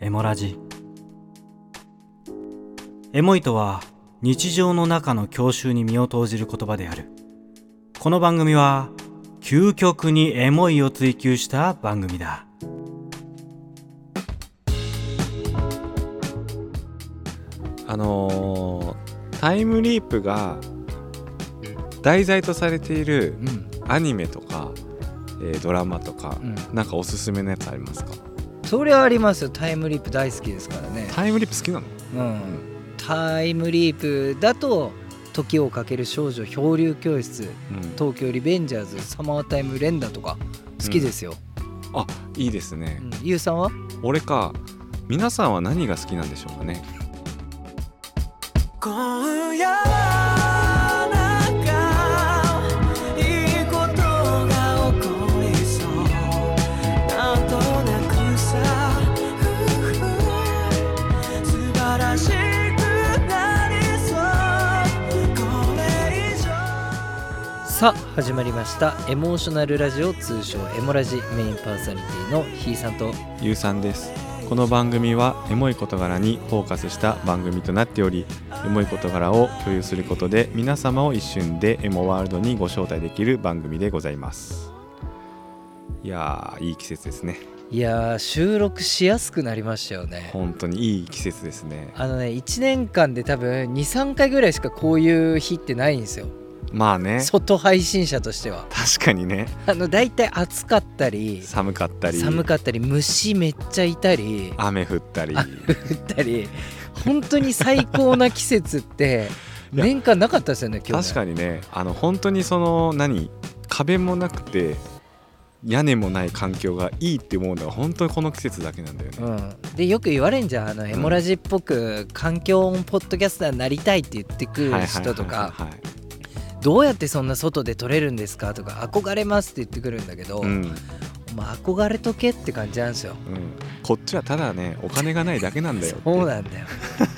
エモラジエモいとは日常の中の郷愁に身を投じる言葉であるこの番組は究極にエモいを追求した番組だあのータイムリープが題材とされているうんアニメとか、えードラマとかう、んなんかおすすめのやつありますかそりゃありますよタイムリープ大好きですからね、タイムリープ好きなのうん、タイムリープだと「時をかける少女漂流教室」「と東京リベンジャーズ」「サマータイム連打」とか好きですよ、いいですねう、んゆうさんは俺か皆さんは何が好きなんでしょうかね今夜なんかいいことが起こりそうなんとなくさふうふう素晴らしくなりそうこれ以上さあ始まりました「エモーショナルラジオ」通称「エモラジ」メインパーソナリティのひいさんとゆうさんですこの番組はエモい事柄にフォーカスした番組となっておりエモい事柄を共有することで皆様を一瞬でエモワールドにご招待できる番組でございますいやーいい季節ですねいやー収録しやすくなりましたよね本当にいい季節ですねあのね1年間で多分23回ぐらいしかこういう日ってないんですよまあね外配信者としては確かにねあの大体暑かったり寒かったり寒かったり虫めっちゃいたり雨降ったりあ降ったり本当に最高な季節って いや年間なかったですよね今日確かにねあの本当にその何壁もなくて屋根もない環境がいいって思うのは本当にこの季節だけなんだよね、うん、でよく言われんじゃんあのエモラジっぽく環境音ポッドキャスターになりたいって言ってくる人とかはいはいはいどうやってそんな外で撮れるんですかとか憧れますって言ってくるんだけど、はいうんまあ憧れとけって感じなんですようん、こっちはただねお金がないだけなんだよってそうなんだよ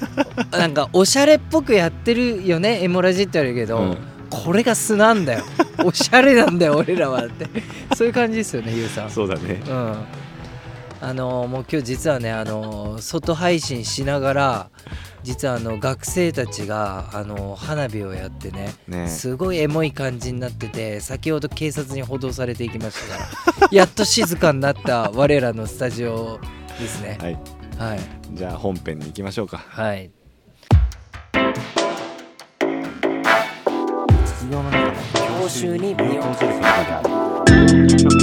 なんかおしゃれっぽくやってるよねエモラジって言われるけど、うんこれが素なん だよおしゃれなんだよ俺らはってそういう感じですよねゆうさんそうだねうんあのーもう今日実はねあのー外配信しながら実はあの学生たちがあのー花火をやってねねすごいエモい感じになってて先ほど警察に補導されていきましたからやっと静かになった我らのスタジオですねはいはいじゃあ本編に行きましょうかはい教習に身を投じることである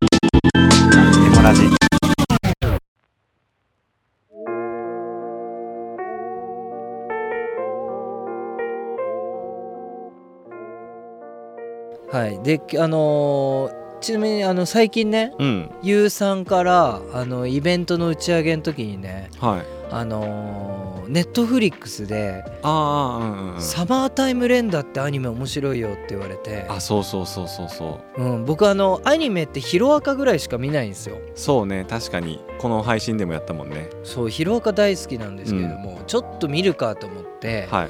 エモラジはいであのーちなみにあの最近ねうんゆうさんからあのイベントの打ち上げの時にねはいあのネットフリックスでああうんうんうん「サマータイム連打」ってアニメ面白いよって言われて、あそうそうそうそうそううん、僕あのアニメってヒロアカぐらいしか見ないんですよそうね確かにこの配信でもやったもんねそうヒロアカ大好きなんですけれども、ちょっと見るかと思って、はい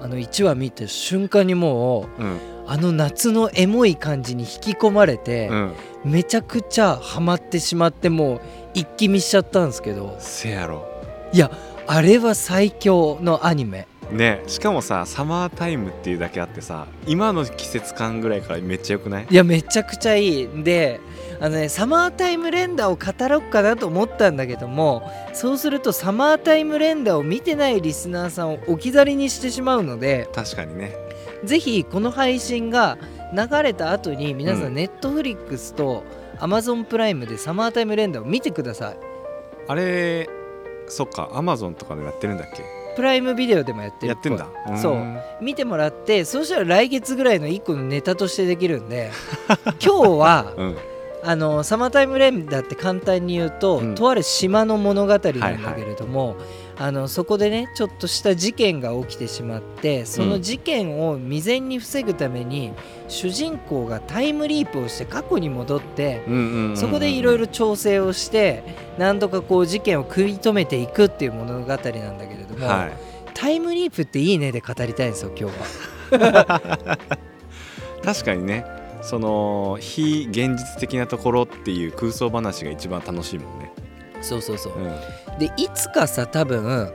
あの1話見た瞬間にもうんうあの夏のエモい感じに引き込まれてう、んめちゃくちゃハマってしまってもう一気見しちゃったんですけどせやろあれは最強のアニメねしかもさサマータイムっていうだけあってさ今の季節感ぐらいからめっちゃよくないいやめちゃくちゃいいであのねサマータイム連打を語ろうかなと思ったんだけどもそうするとサマータイム連打を見てないリスナーさんを置き去りにしてしまうので確かにねぜひこの配信が流れた後に皆さうんんネットフリックスとアマゾンプライムでサマータイム連打を見てくださいあれそっかアマゾンとかでやってるんだっけプライムビデオでもやってるやっっぽていんだーんそう見てもらってそうしたら来月ぐらいの1個のネタとしてできるんで 今日はうんあのサマータイムレンダーって簡単に言うと、うんとある島の物語なんだけはいはいれども、あのそこでねちょっとした事件が起きてしまってその事件を未然に防ぐために、主人公がタイムリープをして過去に戻って、うんうんうんうんそこでいろいろ調整をして何とかこう事件を食い止めていくっていう物語なんだけれども、はタイムリープっていいねで語りたいんですよ今日は。い確かにねその非現実的なところっていう空想話が一番楽しいもんね、そうそうそうう、ん、でいつかさ多分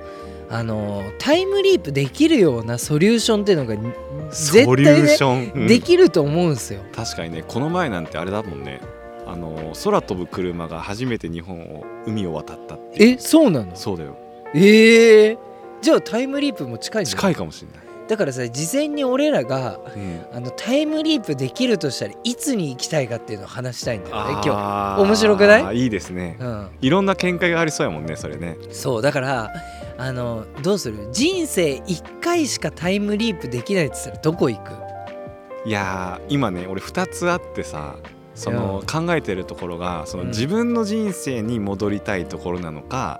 あのタイムリープできるようなソリューションっていうのが絶ソリュ対ーねション、うんできると思うんですよ。確かにねこの前なんてあれだもんねあの空飛ぶ車が初めて日本を海を渡ったっていうえそうなのそうだよええじゃあタイムリープも近いじゃん近いかもしれないだからさ事前に俺らがうんあのタイムリープできるとしたらいつに行きたいかっていうのを話したいんだよね今日。あー面白くないいいですねうん、いろんな見解がありそうやもんねそれねそうだからあのどうする人生1回しかタイムリープできないって言ったらどこ行くいやー今ね俺2つあってさその考えてるところがそのうん自分の人生に戻りたいところなのか、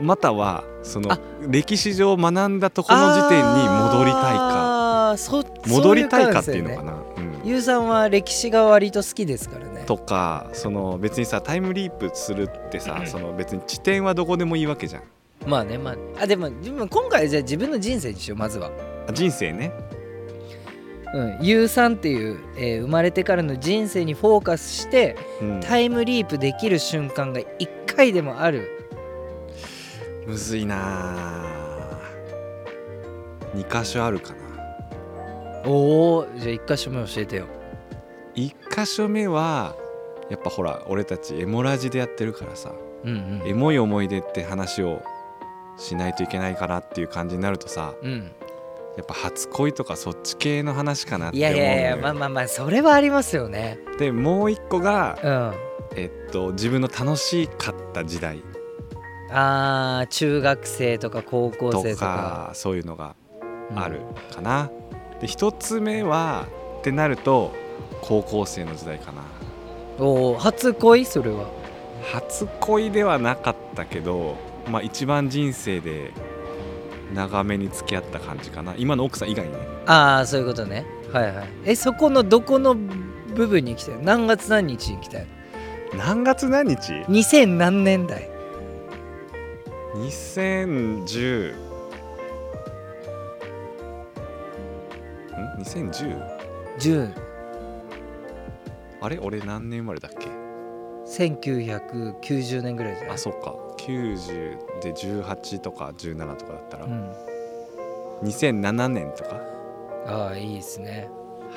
またはそのあ歴史上学んだとこの時点に戻りたいかあーそ戻りたいかっていうのかなな。うんゆうさんは歴史が割と好きですからねとかその別にさタイムリープするってさ、うんその別に地点はどこでもいいわけじゃんまあねまああでもでも今回はじゃあ自分の人生にしようまずは、あ人生ねうん、ゆうさんっていう、えー生まれてからの人生にフォーカスしてうんタイムリープできる瞬間が1回でもあるむずいな2箇所あるかなおおじゃあ1箇所目教えてよ1箇所目はやっぱほら俺たちエモラジでやってるからさうんエモい思い出って話をしないといけないかなっていう感じになるとさうんうんやっぱ初恋とかそっち系の話かなってい思うやのいよやいやまあまあまあそれはありますよねでもう一個が、うんえっと、自分の楽しかった時代あー中学生とか高校と生とかかそういうのがうんあるかな、で一つ目はってなると高校生の時代かなおお初恋それは初恋ではなかったけど、まあ、一番人生で長めに付き合った感じかな今の奥さん以外にねああそういうことねはいはいえそこのどこの部分に行きたい何月何日に行きたい何月何日2000何年代 ?2010 ん 2010? 10あれ俺何年生まれだっけ1990年ぐらいじゃないあそうか90で18とか17とかだったら、ん、 2007年とかああいいですね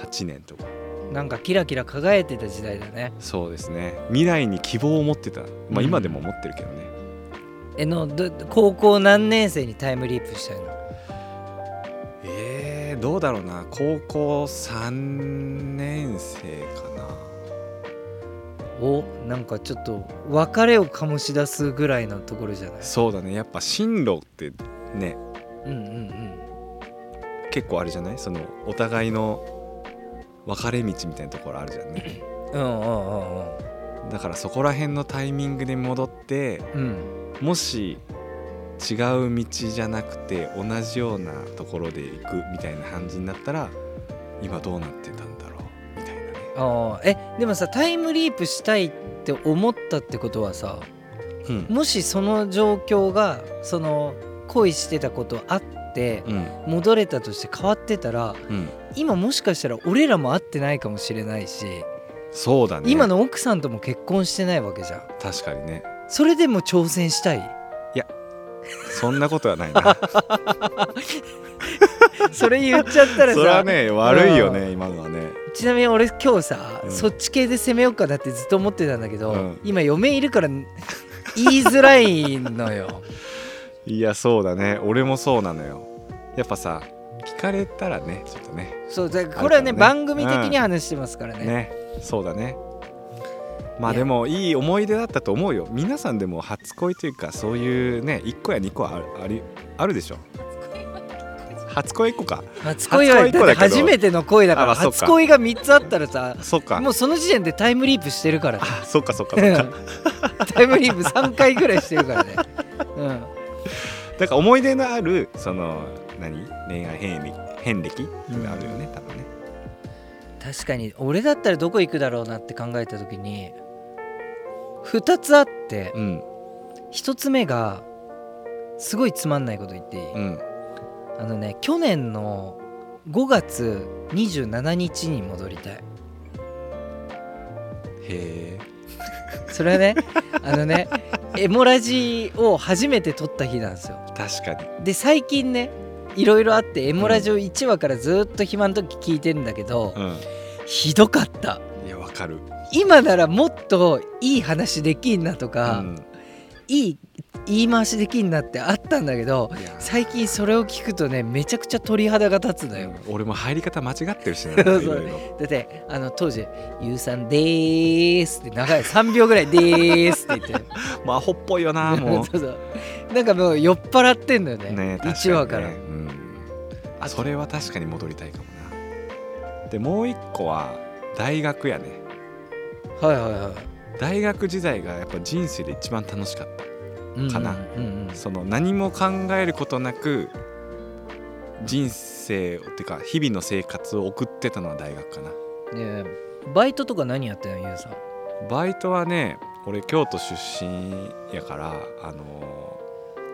8年とかなんかキラキラ輝いてた時代だねそうですね未来に希望を持ってたまあうん今でも持ってるけどね、えのど高校何年生にタイムリープしたいのえー、どうだろうな高校3年生かなおなんかちょっと別れを醸し出すぐらいのところじゃないそうだねやっぱ進路ってねうんうんうん結構あれじゃないそのお互いの分かれ道みたいなところあるじゃんねうんうんうんうんだからそこら辺のタイミングで戻ってうんもし違う道じゃなくて同じようなところで行くみたいな感じになったら今どうなってたんだろうみたいなねああえでもさタイムリープしたいって思ったってことはさうんもしその状況がその恋してたことあってうん戻れたとして変わってたらうん今もしかしたら俺らも会ってないかもしれないしそうだね今の奥さんとも結婚してないわけじゃん確かにねそれでも挑戦したいそんなことはないな それ言っちゃったらそれはさ、ね悪いよね今のはねちなみに俺今日さ、うんそっち系で攻めようかなってずっと思ってたんだけど、うん今嫁いるから言いづらいのよいやそうだね俺もそうなのよやっぱさ聞かれたらねちょっとねそうだからこれはねあるからね番組的に話してますからね,、ねそうだねまあいやでもいい思い出だったと思うよ皆さんでも初恋というかそういうね1個や2個はあるありあるでしょ初恋1個か初恋は初恋だってだけど初めての恋だかあらまあそっか初恋が3つあったらさそっかもうその時点でタイムリープしてるからねあそっかそっかそっかうん タイムリープ3回ぐらいしてるからね、うん、だから思い出のあるその何恋愛遍歴遍歴があるよね多分ね確かに俺だったらどこ行くだろうなって考えた時に2つあってうん1つ目がすごいつまんないこと言っていい、うんあのね去年の5月27日に戻りたいへそれはねあのねエモラジを初めて撮った日なんですよえ確かにで最近ねいろいろあってエモラジを1話からずっと暇の時聞いてんだけど、ひどかったうんいやわかる今ならもっといい話できんなとか、うんいい言い回しできんなってあったんだけどいや最近それを聞くとねめちゃくちゃ鳥肌が立つのよ、俺も入り方間違ってるしね そうそういろいろだってあの当時「ゆうさんでーす」って長い3秒ぐらい「でーす」って言ってもうアホっぽいよなも そうそうなんかもう酔っ払ってんのようねね確かにね1話からうんあそれは確かに戻りたいかもなでもう一個は大学やねはいはいはい大学時代がやっぱ人生で一番楽しかったうんうんかなうんうんその何も考えることなく人生をてか日々の生活を送ってたのは大学かなねえバイトとか何やってんのゆうさんバイトはね俺京都出身やからあの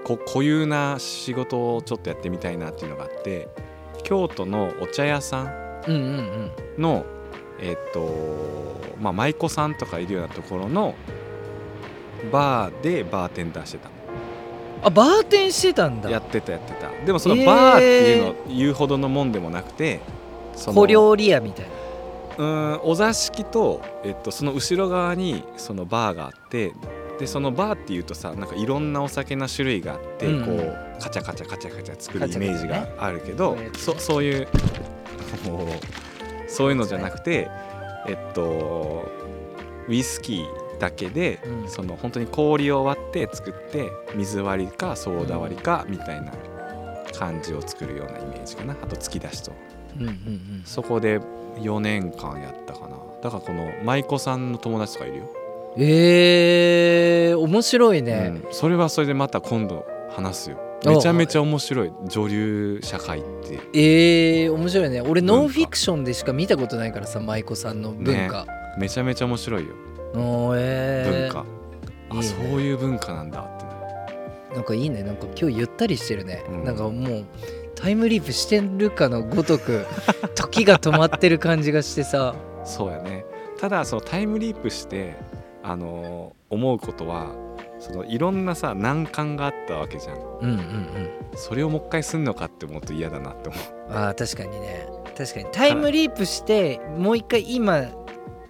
こ固有な仕事をちょっとやってみたいなっていうのがあって京都のお茶屋さんうんうんうんのえっとまあ舞妓さんとかいるようなところのバーでバーテンダーしてたあバーテンしてたんやだってたやってたでもそのバーっていうのを言うほどのもんでもなくて、その小料理屋みたいなうんお座敷と、えっと、その後ろ側にそのバーがあってでそのバーっていうとさなんかいろんなお酒の種類があって、うんこうカチャカチャカチャカチャ作るカチイャカチメャねージがあるけど、こうやってそそういう もうそういうのじゃなくて、えっとウイスキーだけで、うんその本当に氷を割って作って水割りかソーダ割りかみたいな感じを作るようなイメージかなあと突き出しと。うんうんうんそこで4年間やったかなだからこの舞妓さんの友達とかいるよ、えー、面白いね、うんそれはそれでまた今度話すよおうめちゃめちゃ面白い女流社会ってええ面白いね俺文化ノンフィクションでしか見たことないからさ舞妓さんの文化、めちゃめちゃ面白いよおー文えー化、いいあねそういう文化なんだってねなんかいいねなんか今日ゆったりしてるね、うんなんかもうタイムリープしてるかのごと く時が止まってる感じがしてさそうやねただそのタイムリープしてあのー思うことはそのいろんなさ難関があったわけじゃんうんうんうんそれをもう一回すんのかって思うと嫌だなって思うあー確かにね確かにタイムリープしてもう一回今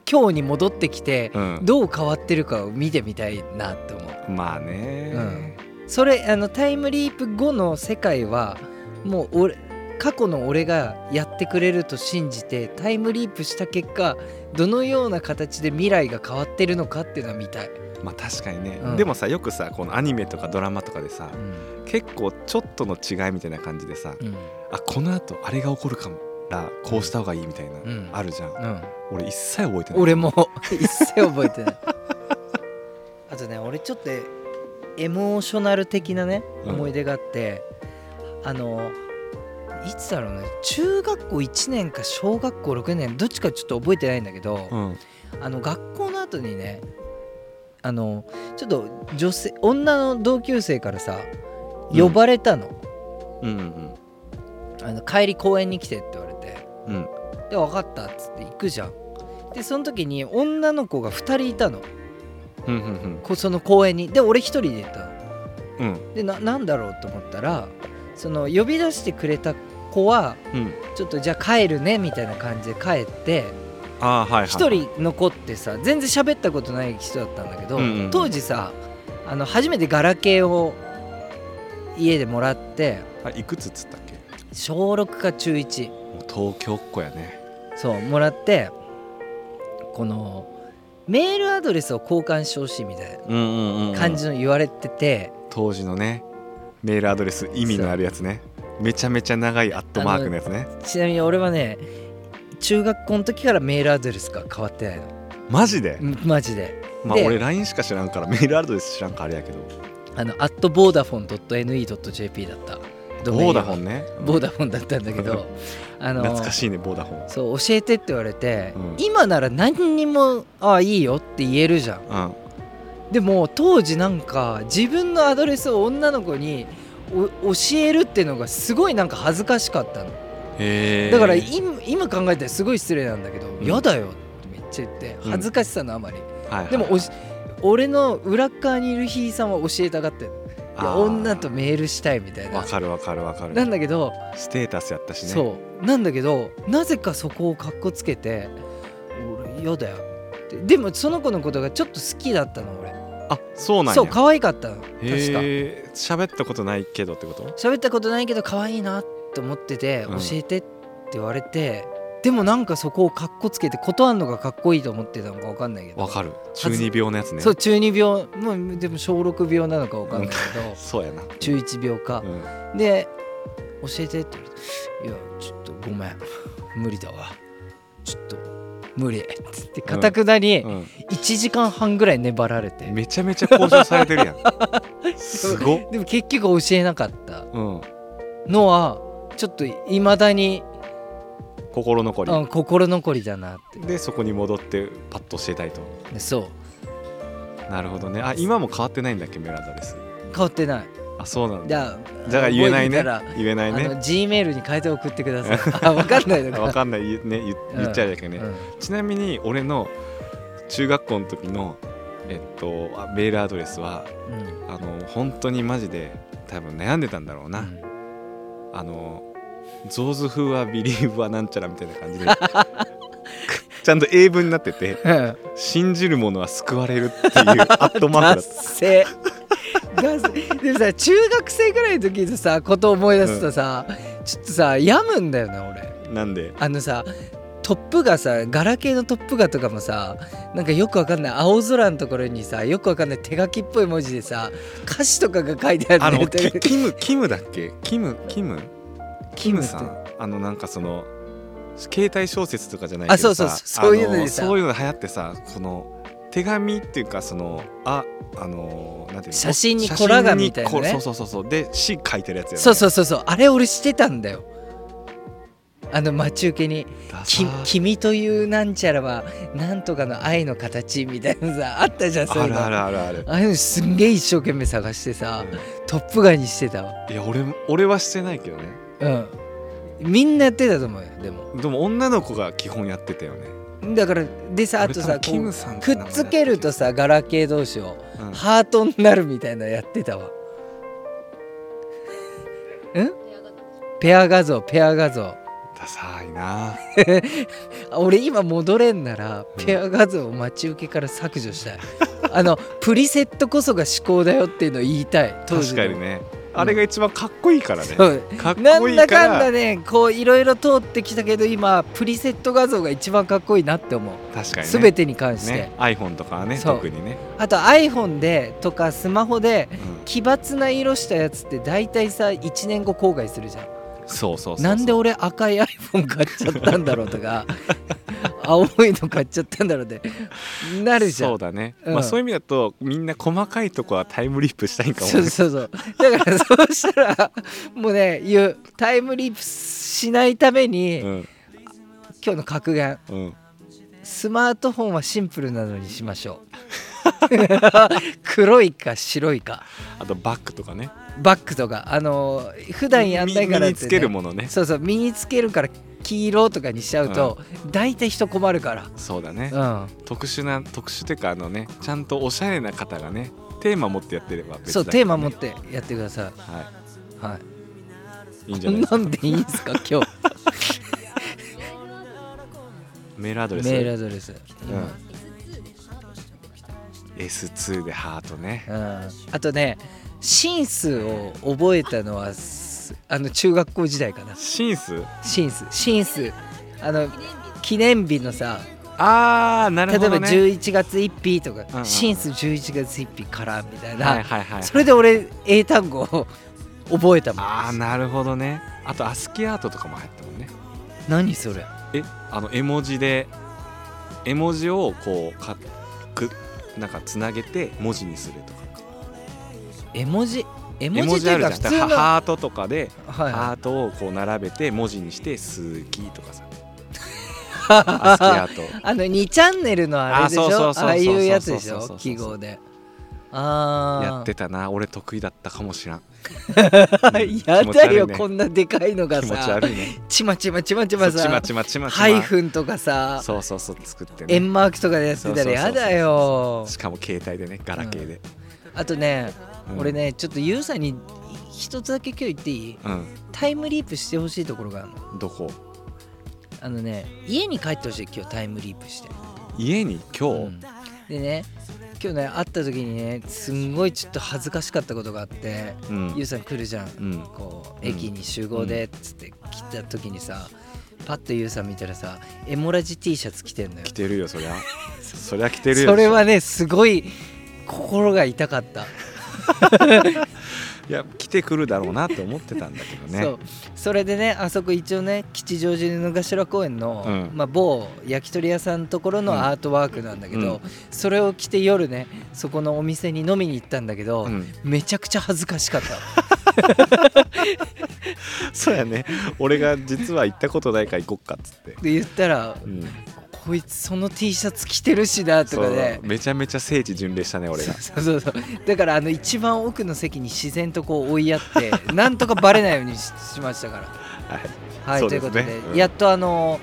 今日に戻ってきて、うんどう変わってるかを見てみたいなって思うまあね、うんそれあのタイムリープ後の世界はもう俺過去の俺がやってくれると信じてタイムリープした結果どのような形で未来が変わってるのかっていうのは見たい、まあ確かにね、うんでもさよくさこのアニメとかドラマとかでさうん結構ちょっとの違いみたいな感じでさ、うんあこのあとあれが起こるかもらこうした方がいいみたいな、んあるじゃん俺一切覚えてない俺も 一切覚えてないあとね俺ちょっとエモーショナル的なねうん思い出があって、あのいつだろうね中学校1年か小学校6年どっちかちょっと覚えてないんだけど、うんあの学校の後にねあのちょっと女性女の同級生からさうん呼ばれたの,、うんうんあの帰り公園に来てって言われてうんで分かったっつって行くじゃんでその時に女の子が2人いたのうんうんこその公園にで俺1人で行ったのうんでななんだろうと思ったらその呼び出してくれた子はうんちょっとじゃあ帰るねみたいな感じで帰ってああはいはい一人残ってさ全然喋ったことない人だったんだけど、うんうんうん当時さあの初めてガラケーを家でもらってあいくつっつったっけ小6か中1もう東京っ子やねそうもらってこのメールアドレスを交換してほしいみたいうんうんうん、な感じの言われてて、当時のねメールアドレス意味のあるやつねめちゃめちゃ長いアットマークのやつねちなみに俺はね中学校の時からメールアドレスが変わってないのマジで、うんマジでまあで俺 LINE しか知らんからメールアドレス知らんからあれやけどあの「アットボーダフォン .ne.jp」だったドメインボーダはフォンねボーダフォンだったんだ けどあの懐かしいねボーダフォンそう教えてって言われて、うん今なら何にもああいいよって言えるじゃんうんでも当時なんか自分のアドレスを女の子にお教えるっていうのがすごいなんか恥ずかしかったのへえだから今今考えたらすごい失礼なんだけど「んやだよ」ってちゃって恥ずかしさのあまり、はいはいでもおし俺の裏っ側にいるひいさんは教えたがってんのいあやー女とメールしたいみたいわなかるわかるわかるなんだけど、ステータスやったしねそうなんだけどなぜかそこをかっこつけて俺嫌だよってでもその子のことがちょっと好きだったの俺あそうなんやそう可愛かったの確かへー喋ったことないけどってこと喋ったことないけど可愛いなと思っててう教んえてって言われて、でもなんかそこをかっこつけて断るのがかっこいいと思ってたのか分かんないけどわかる、る中二病のやつねそう中二病もうでも小6病なのか分かんないけどそうやな中1病かう、んで教えてって言われて「いやちょっとごめん無理だわちょっと無理」っつってかたくなにうん1時間半ぐらい粘られて、めちゃめちゃ交渉されて るやんすごっでも結局教えなかったうんのはちょっといまだに心残りあ心残りだなって。でそこに戻ってパッと教えたいとそうなるほどねあ今も変わってないんだっけメールアドレス変わってないあそうなんじだゃあじゃあ言えないね覚えて言えないみたらあねの G メールに変えて送ってくださいあ分かんないの あかわかんない言,、ね、言言っちゃうだけどね、うんちなみに俺の中学校の時のえっとあメールアドレスはうんあの本当にマジで多分悩んでたんだろうな、あのゾーズ風はビリーブはなんちゃらみたいな感じで ちゃんと英文になってて うん信じる者は救われるっていうアットマー クだっ達た成達成でもさ中学生ぐらいの時のさことを思い出すとさ、ちょっとさ病むんだよね俺なんであのさトップがさガラケーのトップがとかもさなんかよくわかんない青空のところにさよくわかんない手書きっぽい文字でさ歌詞とかが書いてああるんだのよキキムキムだっけキムキムキムさキムんあのなんかその携帯小説とかじゃないあけそどうそさうそういうのであさそういうの流行ってさこの手紙っていうかそのああのなんていうの写真にコラ写が真にみたいなねこそうそうそうそうで詩書いてるやつやね そうそうそうそうあれ俺してたんだよあの待ち受けにダサ「きー君というなんちゃらはなんとかの愛の形」みたいなさあったじゃんそうあいうるのあるあるあるああいうのすんげえ一生懸命探してさ、トップガンにしてたわいや俺も俺はしてないけどねうんみんなやってたと思うよでもでも女の子が基本やってたよねだからでさあと俺多さ分キこムうさんくっつけるとさガラケー同士をうんハートになるみたいなのやってたわうんペア画像ペア画像ダサいなあ俺今戻れんならペア画像を待ち受けから削除したい、あのプリセットこそが思考だよっていうのを言いたい当時確のかにねあれが一番かっこいいからねそうかっこいいなからんだかんだねこういろいろ通ってきたけど今プリセット画像が一番かっこいいなって思う、確かにね全てに関して、ね iPhone とかはねそう特にねあと iPhone でとかスマホでうん奇抜な色したやつって大体さ1年後後悔するじゃんそうそうそうそうなんで俺赤い iPhone 買っちゃったんだろうと か青いの買っちゃったんだろうってなるじゃんそうだねうんまあそういう意味だとみんな細かいとこはタイムリープしたいんかもそうそうそうだからそうしたらもうね言うタイムリープしないために、うん今日の格言うんスマートフォンはシンプルなのにしましょう 黒いか白いかあとバッグとかねバッグとかあのー普段やんないから身って、ね、につけるものねそうそう身につけるから黄色とかにしちゃうと、大体人困るからそうだねうん特殊な特殊っていうかあのねちゃんとおしゃれな方がねテーマ持ってやってれば別そうだテけーどマね持ってやってくださはいはいいいんいじゃないですかこんなんでいい んですか今日メールアドレスメールアドレス、うん S2 でハートねうんあとねシンスを覚えたのはすあの中学校時代かなシンスシンスシンスあの記念日のさああな例えるほばどね11月1日とか、うんうんシンス11月1日からみたいな、はいはいはいそれで俺英単語を覚えたもんああなるほどねあとアスキーアートとかも入ったもんね何それえあの絵文字で絵文字をこうかくなんかつなげて文字にするとか絵文字絵絵文文字って字あいうるかじ普ゃ通んのはハートとかではいハートをこう並べて文字にして「好き」と かさアスキーアートあの2チャンネルのあれでしあそうそょうそうそうそうああいうやつでしそうそうそうそょう記号でああやってたな俺得意だったかもしらんうん やだよ、気持ち悪いねこんなでかいのが気持ちさ悪いねちまちまちまちそまうちまさちまちまちまハイフンとかさそうそうそう作ってね円マークとかでやってたらやだよしかも携帯でねガラケーで、あとね、うん俺ねちょっとユウさんに一つだけ今日言っていいうんタイムリープしてほしいところがあるのどこあのね家に帰ってほしい今日タイムリープして、家に今日、うんでね今日ね会った時にねすんごいちょっと恥ずかしかったことがあって、うんゆうさん来るじゃん、うんこううん駅に集合でっつって来た時にさパッとゆうさん見たらさエモラジ T シャツ着てんのよ来てるよ そりゃそりゃ来てるよそれはねすごい心が痛かった、いや来てくるだろうなって思ってたんだけどねそうそれでねあそこ一応ね吉祥寺の頭公園の、うんまあ、某焼き鳥屋さんのところうんのアートワークなんだけど、うんそれを着て夜ねそこのお店に飲みに行ったんだけど、うんめちゃくちゃ恥ずかしかったそうやね俺が実は行ったことないから行こっかっつって、で言ったら うん、こいつその T シャツ着てるしなとかでそうめちゃめちゃ聖地巡礼したね俺 がそうそうそうだからあの一番奥の席に自然とこう追いやって なんとかバレないようにししましたから。はいはい、そうとでいうすこねとで、うんやっとあの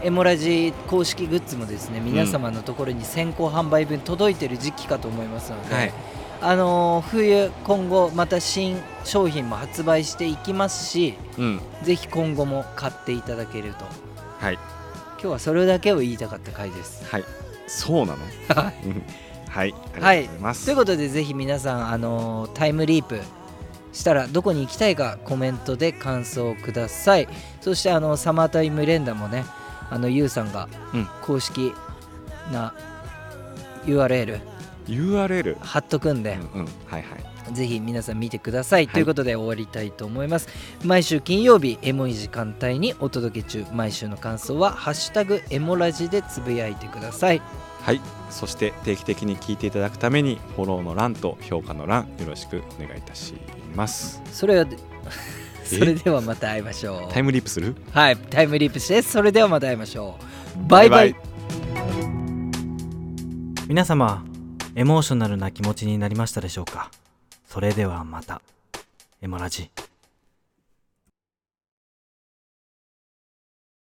エモラジ公式グッズもですね皆様のところに先行販売分届いてる時期かと思いますので、はいあの冬今後また新商品も発売していきますしうんぜひ今後も買っていただけるとはい今日はそれだけを言いたかった回です。はいそうなのはいうんはいはあいりがとうございまとす、いうことでぜひ皆さん、あのータイムリープしたらどこに行きたいかコメントで感想をくださいそして、あのサマータイム連打もねあのゆうさんがうん公式な URL URL 貼っとくんで、うんうんはいはいぜひ皆さん見てください、いということで終わりたいと思います毎週金曜日エモい時間帯にお届け中毎週の感想は「ハッシュタグエモラジ」でつぶやいてくださいはいそして定期的に聞いていただくためにフォローの欄と評価の欄よろしくお願いいたしますそれはそれではまた会いましょうタイムリープするはい、タイムリープして、それではまた会いましょう。バイバイ。皆様エモーショナルな気持ちになりましたでしょうかそれではまたエモラジ